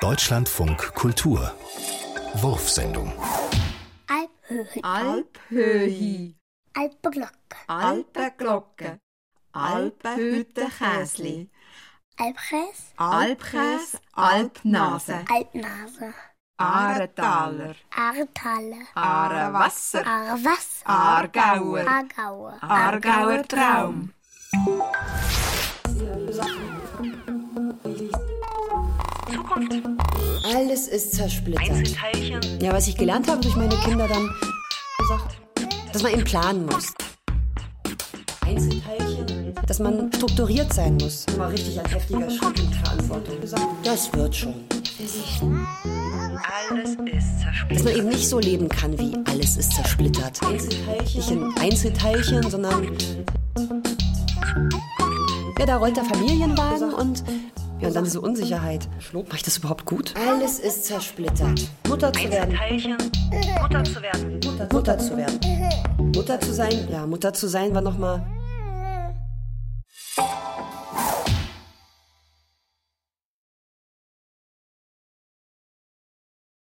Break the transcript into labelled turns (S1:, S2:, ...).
S1: Deutschlandfunk Kultur. Wurfsendung.
S2: Alphöhi.
S3: Alphöhi,
S2: Alpenglock.
S3: Alpenglocke, Alpenhüttenkäsli,
S2: Alpkäs.
S3: Alpkäs, Alpnase,
S2: Alpnase.
S3: Aaretaler,
S2: Ahrtale.
S3: Aarewasser,
S2: Ahrwas.
S3: Aargauer,
S2: Aargauer.
S3: Aargauer Traum.
S4: Alles ist zersplittert. Einzelteilchen. Ja, was ich gelernt habe durch meine Kinder dann gesagt, dass man eben planen muss. Einzelteilchen. Dass man strukturiert sein muss. Mal richtig ein heftiger Schritt in Verantwortung. Das wird schon. Dass man eben nicht so leben kann wie alles ist zersplittert. Nicht in Einzelteilchen, sondern. Ja, da rollt der Familienwagen und. Ja, und dann diese Unsicherheit. Mache ich das überhaupt gut? Alles ist zersplittert. Mutter zu werden. Mutter zu werden. Mutter zu werden. Mutter zu sein. Ja, Mutter zu sein war nochmal.